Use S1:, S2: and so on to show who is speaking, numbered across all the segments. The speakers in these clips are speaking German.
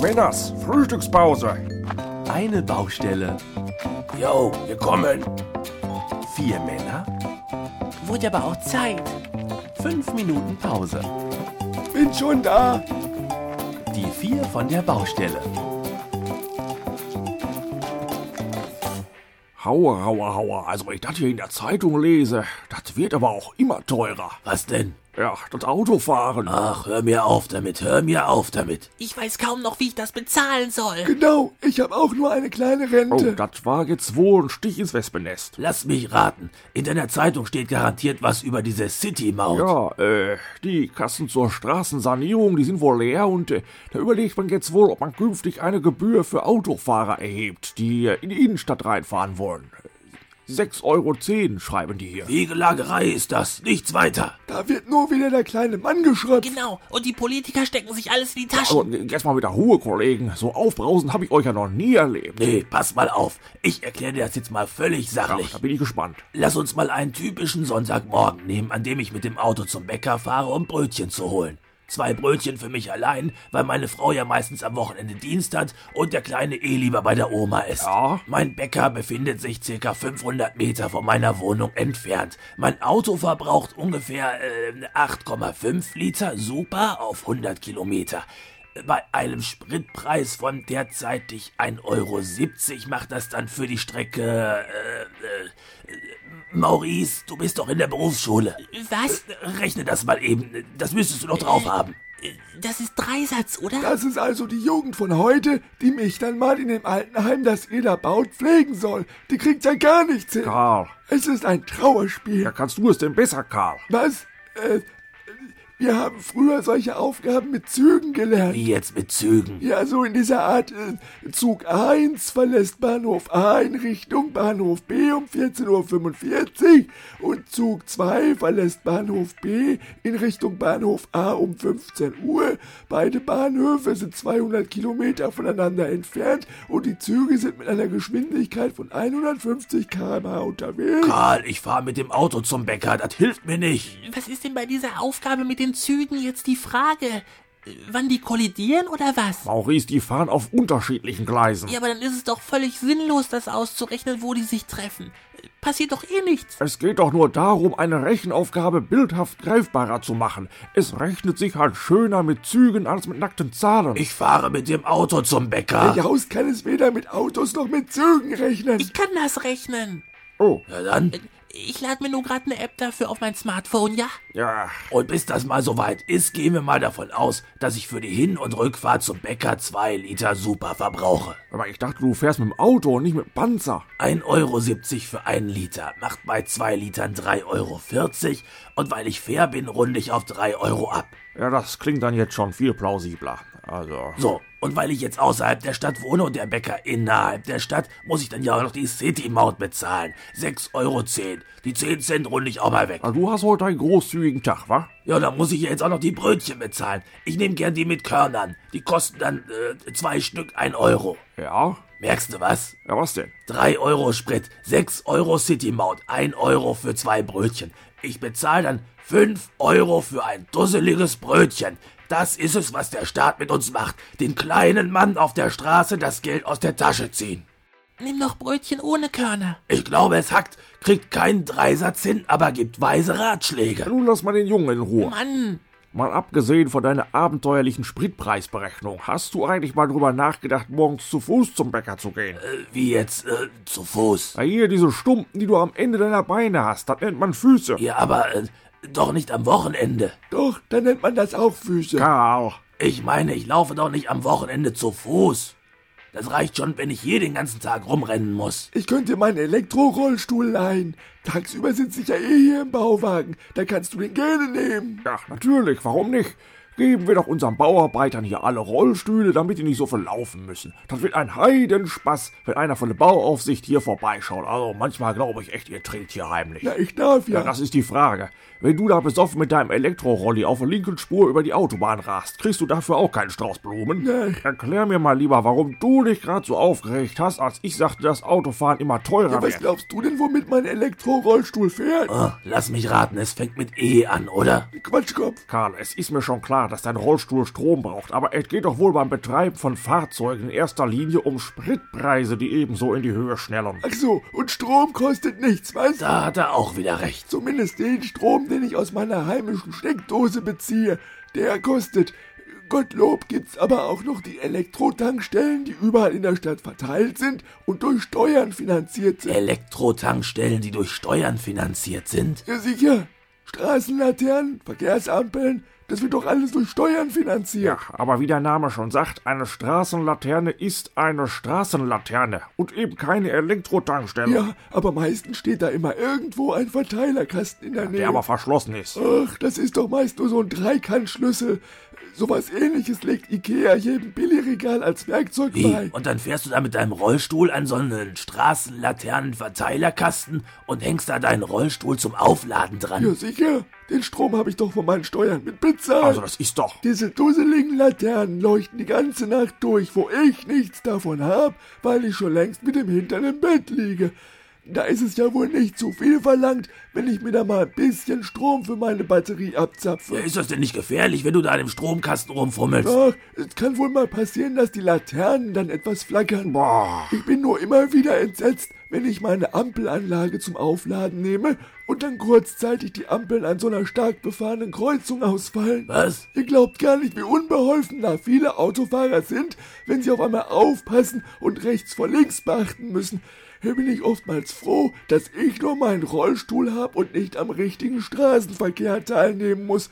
S1: Männers, Frühstückspause.
S2: Eine Baustelle.
S1: Yo, wir kommen.
S2: Vier Männer. Wurde aber auch Zeit. Fünf Minuten Pause.
S1: Bin schon da.
S2: Die vier von der Baustelle.
S1: Hauer, hauer, hauer. Also ich das hier in der Zeitung lese, das wird aber auch immer teurer.
S2: Was denn?
S1: Ja, das Autofahren.
S2: Ach, hör mir auf damit, hör mir auf damit.
S3: Ich weiß kaum noch, wie ich das bezahlen soll.
S4: Genau, ich habe auch nur eine kleine
S1: Oh,
S4: Rente.
S1: das war jetzt wohl ein Stich ins Wespennest.
S2: Lass mich raten. In deiner Zeitung steht garantiert was über diese City-Maut.
S1: Ja, äh, die Kassen zur Straßensanierung, die sind wohl leer und äh, da überlegt man jetzt wohl, ob man künftig eine Gebühr für Autofahrer erhebt, die äh, in die Innenstadt reinfahren wollen. 6,10 Euro schreiben die hier.
S2: Wegelagerei ist das, nichts weiter.
S4: Da wird nur wieder der kleine Mann geschröpft.
S3: Genau, und die Politiker stecken sich alles in die Taschen.
S2: Oh.
S1: Also, jetzt mal wieder Ruhe, Kollegen. So aufbrausend habe ich euch ja noch nie erlebt.
S2: Nee, pass mal auf. Ich erkläre dir das jetzt mal völlig sachlich.
S1: Da bin ich gespannt.
S2: Lass uns mal einen typischen Sonntagmorgen nehmen, an dem ich mit dem Auto zum Bäcker fahre, um Brötchen zu holen. Zwei Brötchen für mich allein, weil meine Frau ja meistens am Wochenende Dienst hat und der kleine eh lieber bei der Oma ist.
S1: Ja.
S2: Mein Bäcker befindet sich circa 500 Meter von meiner Wohnung entfernt. Mein Auto verbraucht ungefähr äh, 8,5 Liter Super auf 100 Kilometer. Bei einem Spritpreis von derzeitig 1,70 Euro macht das dann für die Strecke... Äh, äh, Maurice, du bist doch in der Berufsschule.
S3: Was?
S2: Rechne das mal eben. Das müsstest du doch drauf haben.
S3: Das ist Dreisatz, oder?
S4: Das ist also die Jugend von heute, die mich dann mal in dem Altenheim, das ihr da baut, pflegen soll. Die kriegt ja gar nichts hin.
S1: Karl,
S4: Es ist ein Trauerspiel.
S1: ja, kannst du es denn besser, Karl?
S4: Was? Äh, wir haben früher solche Aufgaben mit Zügen gelernt.
S2: Wie jetzt mit Zügen.
S4: Ja, so in dieser Art. äh, Zug 1 verlässt Bahnhof A in Richtung Bahnhof B um 14.45 Uhr und Zug 2 verlässt Bahnhof B in Richtung Bahnhof A um 15 Uhr. Beide Bahnhöfe sind 200 Kilometer voneinander entfernt und die Züge sind mit einer Geschwindigkeit von 150 km/h unterwegs.
S2: Karl, ich fahre mit dem Auto zum Bäcker. Das hilft mir nicht.
S3: Was ist denn bei dieser Aufgabe mit den Zügen jetzt die Frage? Wann die kollidieren oder was?
S1: Maurice, die fahren auf unterschiedlichen Gleisen.
S3: Ja, aber dann ist es doch völlig sinnlos, das auszurechnen, wo die sich treffen. Passiert doch eh nichts.
S1: Es geht doch nur darum, eine Rechenaufgabe bildhaft greifbarer zu machen. Es rechnet sich halt schöner mit Zügen als mit nackten Zahlen.
S2: Ich fahre mit dem Auto zum Bäcker.
S4: Der Haus kann es weder mit Autos noch mit Zügen rechnen.
S3: Ich kann das rechnen.
S1: oh,
S2: Na dann.
S3: Ich lade mir nur gerade eine App dafür auf mein Smartphone, ja?
S1: ja.
S2: Und bis das mal soweit ist, gehen wir mal davon aus, dass ich für die Hin- und Rückfahrt zum Bäcker zwei Liter Super verbrauche.
S1: Aber ich dachte, du fährst mit dem Auto und nicht mit dem Panzer.
S2: 1,70 Euro für einen Liter macht bei zwei Litern 3,40 Euro. Und weil ich fair bin, runde ich auf 3 Euro ab.
S1: Ja, das klingt dann jetzt schon viel plausibler. Also.
S2: So, und weil ich jetzt außerhalb der Stadt wohne und der Bäcker innerhalb der Stadt, muss ich dann ja auch noch die City-Maut bezahlen. 6,10 Euro. Die 10 Cent runde ich auch mal weg.
S1: Also, du hast heute einen großzügigen Tag, wa?
S2: Ja, dann muss ich ja jetzt auch noch die Brötchen bezahlen. Ich nehme gern die mit Körnern. Die kosten dann äh, zwei Stück 1 Euro.
S1: Ja.
S2: Merkst du was?
S1: Ja, was denn?
S2: 3 Euro Sprit, 6 Euro City-Maut, 1 Euro für zwei Brötchen. Ich bezahle dann 5 Euro für ein dusseliges Brötchen. Das ist es, was der Staat mit uns macht. Den kleinen Mann auf der Straße das Geld aus der Tasche ziehen.
S3: Nimm doch Brötchen ohne Körner.
S2: Ich glaube, es hackt, kriegt keinen Dreisatz hin, aber gibt weise
S1: Ja,
S2: Ratschläge.
S1: nun lass mal den Jungen in Ruhe.
S3: Mann,
S1: Mal abgesehen von deiner abenteuerlichen Spritpreisberechnung, hast du eigentlich mal drüber nachgedacht, morgens zu Fuß zum Bäcker zu gehen?
S2: Äh, Wie jetzt, äh, zu Fuß.
S1: Ja, hier, diese Stumpen, die du am Ende deiner Beine hast, das nennt man Füße.
S2: Ja, aber äh, doch nicht am Wochenende.
S4: Doch, dann nennt man das auch Füße.
S1: Karl.
S2: Ich meine, ich laufe doch nicht am Wochenende zu Fuß. Das reicht schon, wenn ich hier den ganzen Tag rumrennen muss.
S4: Ich könnte dir meinen Elektrorollstuhl leihen. Tagsüber sitze ich ja eh hier im Bauwagen. Da kannst du den gerne nehmen.
S1: Ja, natürlich, warum nicht? Geben wir doch unseren Bauarbeitern hier alle Rollstühle, damit die nicht so viel laufen müssen. Das wird ein Heidenspaß, wenn einer von der Bauaufsicht hier vorbeischaut. Also manchmal glaube ich echt, ihr tretet hier heimlich.
S4: Na, ich darf
S1: Ja,
S4: ja.
S1: das ist die Frage. Wenn du da besoffen mit deinem Elektrorolli auf der linken Spur über die Autobahn rast, kriegst du dafür auch keinen Strauß Blumen?
S4: Nee.
S1: Erklär mir mal lieber, warum du dich gerade so aufgeregt hast, als ich sagte, dass Autofahren immer teurer
S4: ja, was
S1: wird.
S4: glaubst du denn, womit mein Elektrorollstuhl fährt?
S2: Oh, Ah, lass mich raten, es fängt mit E an, oder?
S4: Quatschkopf.
S1: Karl, es ist mir schon klar, klar, dass dein Rollstuhl Strom braucht, aber es geht doch wohl beim Betreiben von Fahrzeugen in erster Linie um Spritpreise, die ebenso in die Höhe schnellen.
S4: Ach so, und Strom kostet nichts, was?
S2: Da hat er auch wieder recht.
S4: Zumindest den Strom, den ich aus meiner heimischen Steckdose beziehe, der kostet. Gottlob gibt's aber auch noch die Elektrotankstellen, die überall in der Stadt verteilt sind und durch Steuern finanziert sind.
S2: Elektrotankstellen, die durch Steuern finanziert sind?
S4: Ja, sicher. Straßenlaternen, Verkehrsampeln, das wird doch alles durch Steuern
S1: Ja,
S4: finanziert.
S1: aber wie der Name schon sagt, eine Straßenlaterne ist eine Straßenlaterne und eben keine Elektrotankstelle,
S4: Ja, aber meistens steht da immer irgendwo ein Verteilerkasten in der Nähe.
S1: der aber verschlossen ist.
S4: Ach, das ist doch meist nur so ein Dreikantschlüssel. Sowas ähnliches legt Ikea jedem Billigregal als Werkzeug
S2: Wie?
S4: bei.
S2: Und dann fährst du da mit deinem Rollstuhl an so einen Straßenlaternenverteilerkasten und hängst da deinen Rollstuhl zum Aufladen
S4: Ja,
S2: dran.
S4: sicher. Den Strom habe ich doch von meinen Steuern mitbezahlt.
S1: Also das ist doch.
S4: Diese dusseligen Laternen leuchten die ganze Nacht durch, wo ich nichts davon hab, weil ich schon längst mit dem Hintern im Bett liege. Da ist es ja wohl nicht zu viel verlangt, wenn ich mir da mal ein bisschen Strom für meine Batterie
S2: Ja,
S4: abzapfe.
S2: ist das denn nicht gefährlich, wenn du da an dem Stromkasten rumfummelst?
S4: Ach, es kann wohl mal passieren, dass die Laternen dann etwas flackern.
S1: Boah.
S4: Ich bin nur immer wieder entsetzt, wenn ich meine Ampelanlage zum Aufladen nehme und dann kurzzeitig die Ampeln an so einer stark befahrenen Kreuzung ausfallen.
S2: Was?
S4: Ihr glaubt gar nicht, wie unbeholfen da viele Autofahrer sind, wenn sie auf einmal aufpassen und rechts vor links beachten müssen. Hier bin ich oftmals froh, dass ich nur meinen Rollstuhl habe und nicht am richtigen Straßenverkehr teilnehmen muss.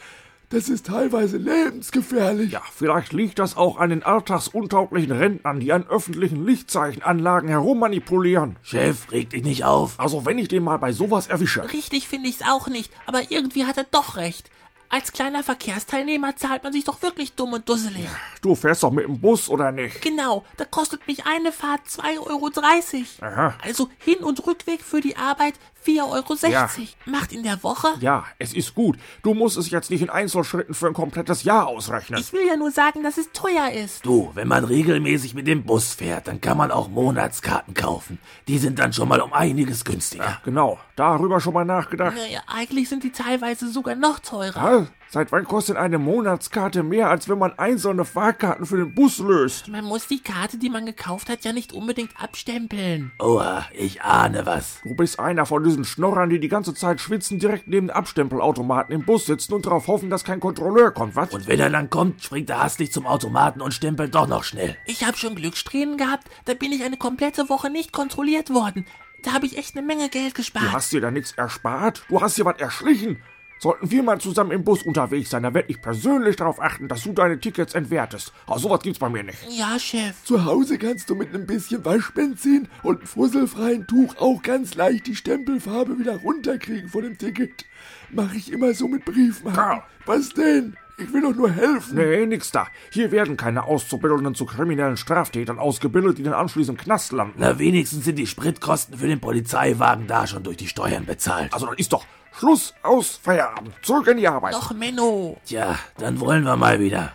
S4: Das ist teilweise lebensgefährlich.
S1: Ja, vielleicht liegt das auch an den alltagsuntauglichen Rentnern, die an öffentlichen Lichtzeichenanlagen herummanipulieren.
S2: Chef, reg dich nicht auf.
S1: Also wenn ich den mal bei sowas erwische.
S3: Richtig finde ich's auch nicht, aber irgendwie hat er doch recht. Als kleiner Verkehrsteilnehmer zahlt man sich doch wirklich dumm und dusselig.
S1: Du fährst doch mit dem Bus, oder nicht?
S3: Genau, da kostet mich eine Fahrt 2,30 Euro.
S1: Aha.
S3: Also Hin- und Rückweg für die Arbeit 4,60 Euro.
S1: Ja.
S3: Macht in der Woche?
S1: Ja, es ist gut. Du musst es jetzt nicht in Einzelschritten für ein komplettes Jahr ausrechnen.
S3: Ich will ja nur sagen, dass es teuer ist.
S2: Du, wenn man regelmäßig mit dem Bus fährt, dann kann man auch Monatskarten kaufen. Die sind dann schon mal um einiges günstiger.
S1: Genau, darüber schon mal nachgedacht.
S3: Naja, eigentlich sind die teilweise sogar noch teurer.
S1: Hä? Seit wann kostet eine Monatskarte mehr, als wenn man einzelne Fahrkarten für den Bus löst?
S3: Man muss die Karte, die man gekauft hat, ja nicht unbedingt abstempeln.
S2: Oha, ich ahne was.
S1: Du bist einer von diesen Schnorrern, die die ganze Zeit schwitzen, direkt neben den Abstempelautomaten im Bus sitzen und darauf hoffen, dass kein Kontrolleur kommt, was?
S2: Und wenn er dann kommt, springt er hastig zum Automaten und stempelt doch noch schnell.
S3: Ich habe schon Glückssträhnen gehabt, da bin ich eine komplette Woche nicht kontrolliert worden. Da habe ich echt eine Menge Geld
S1: Du
S3: gespart.
S1: hast dir da nichts erspart? Du hast dir was erschlichen? Sollten wir mal zusammen im Bus unterwegs sein, da werd ich persönlich darauf achten, dass du deine Tickets entwertest. Aber sowas gibt's bei mir nicht.
S3: Ja, Chef.
S4: Zu Hause kannst du mit einem bisschen Waschbenzin und einem fusselfreien Tuch auch ganz leicht die Stempelfarbe wieder runterkriegen von dem Ticket. Mach ich immer so mit Briefmarken.
S1: Karl.
S4: Was denn? Ich will doch nur helfen.
S1: Nee, nix da. Hier werden keine Auszubildenden zu kriminellen Straftätern ausgebildet, die dann anschließend im Knast landen.
S2: Na, wenigstens sind die Spritkosten für den Polizeiwagen da schon durch die Steuern bezahlt.
S1: Also dann ist doch Schluss aus Feierabend. Zurück in die Arbeit.
S3: Doch, Menno.
S2: Tja, dann wollen wir mal wieder.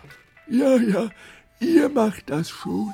S4: Ja, ja, ihr macht das schon.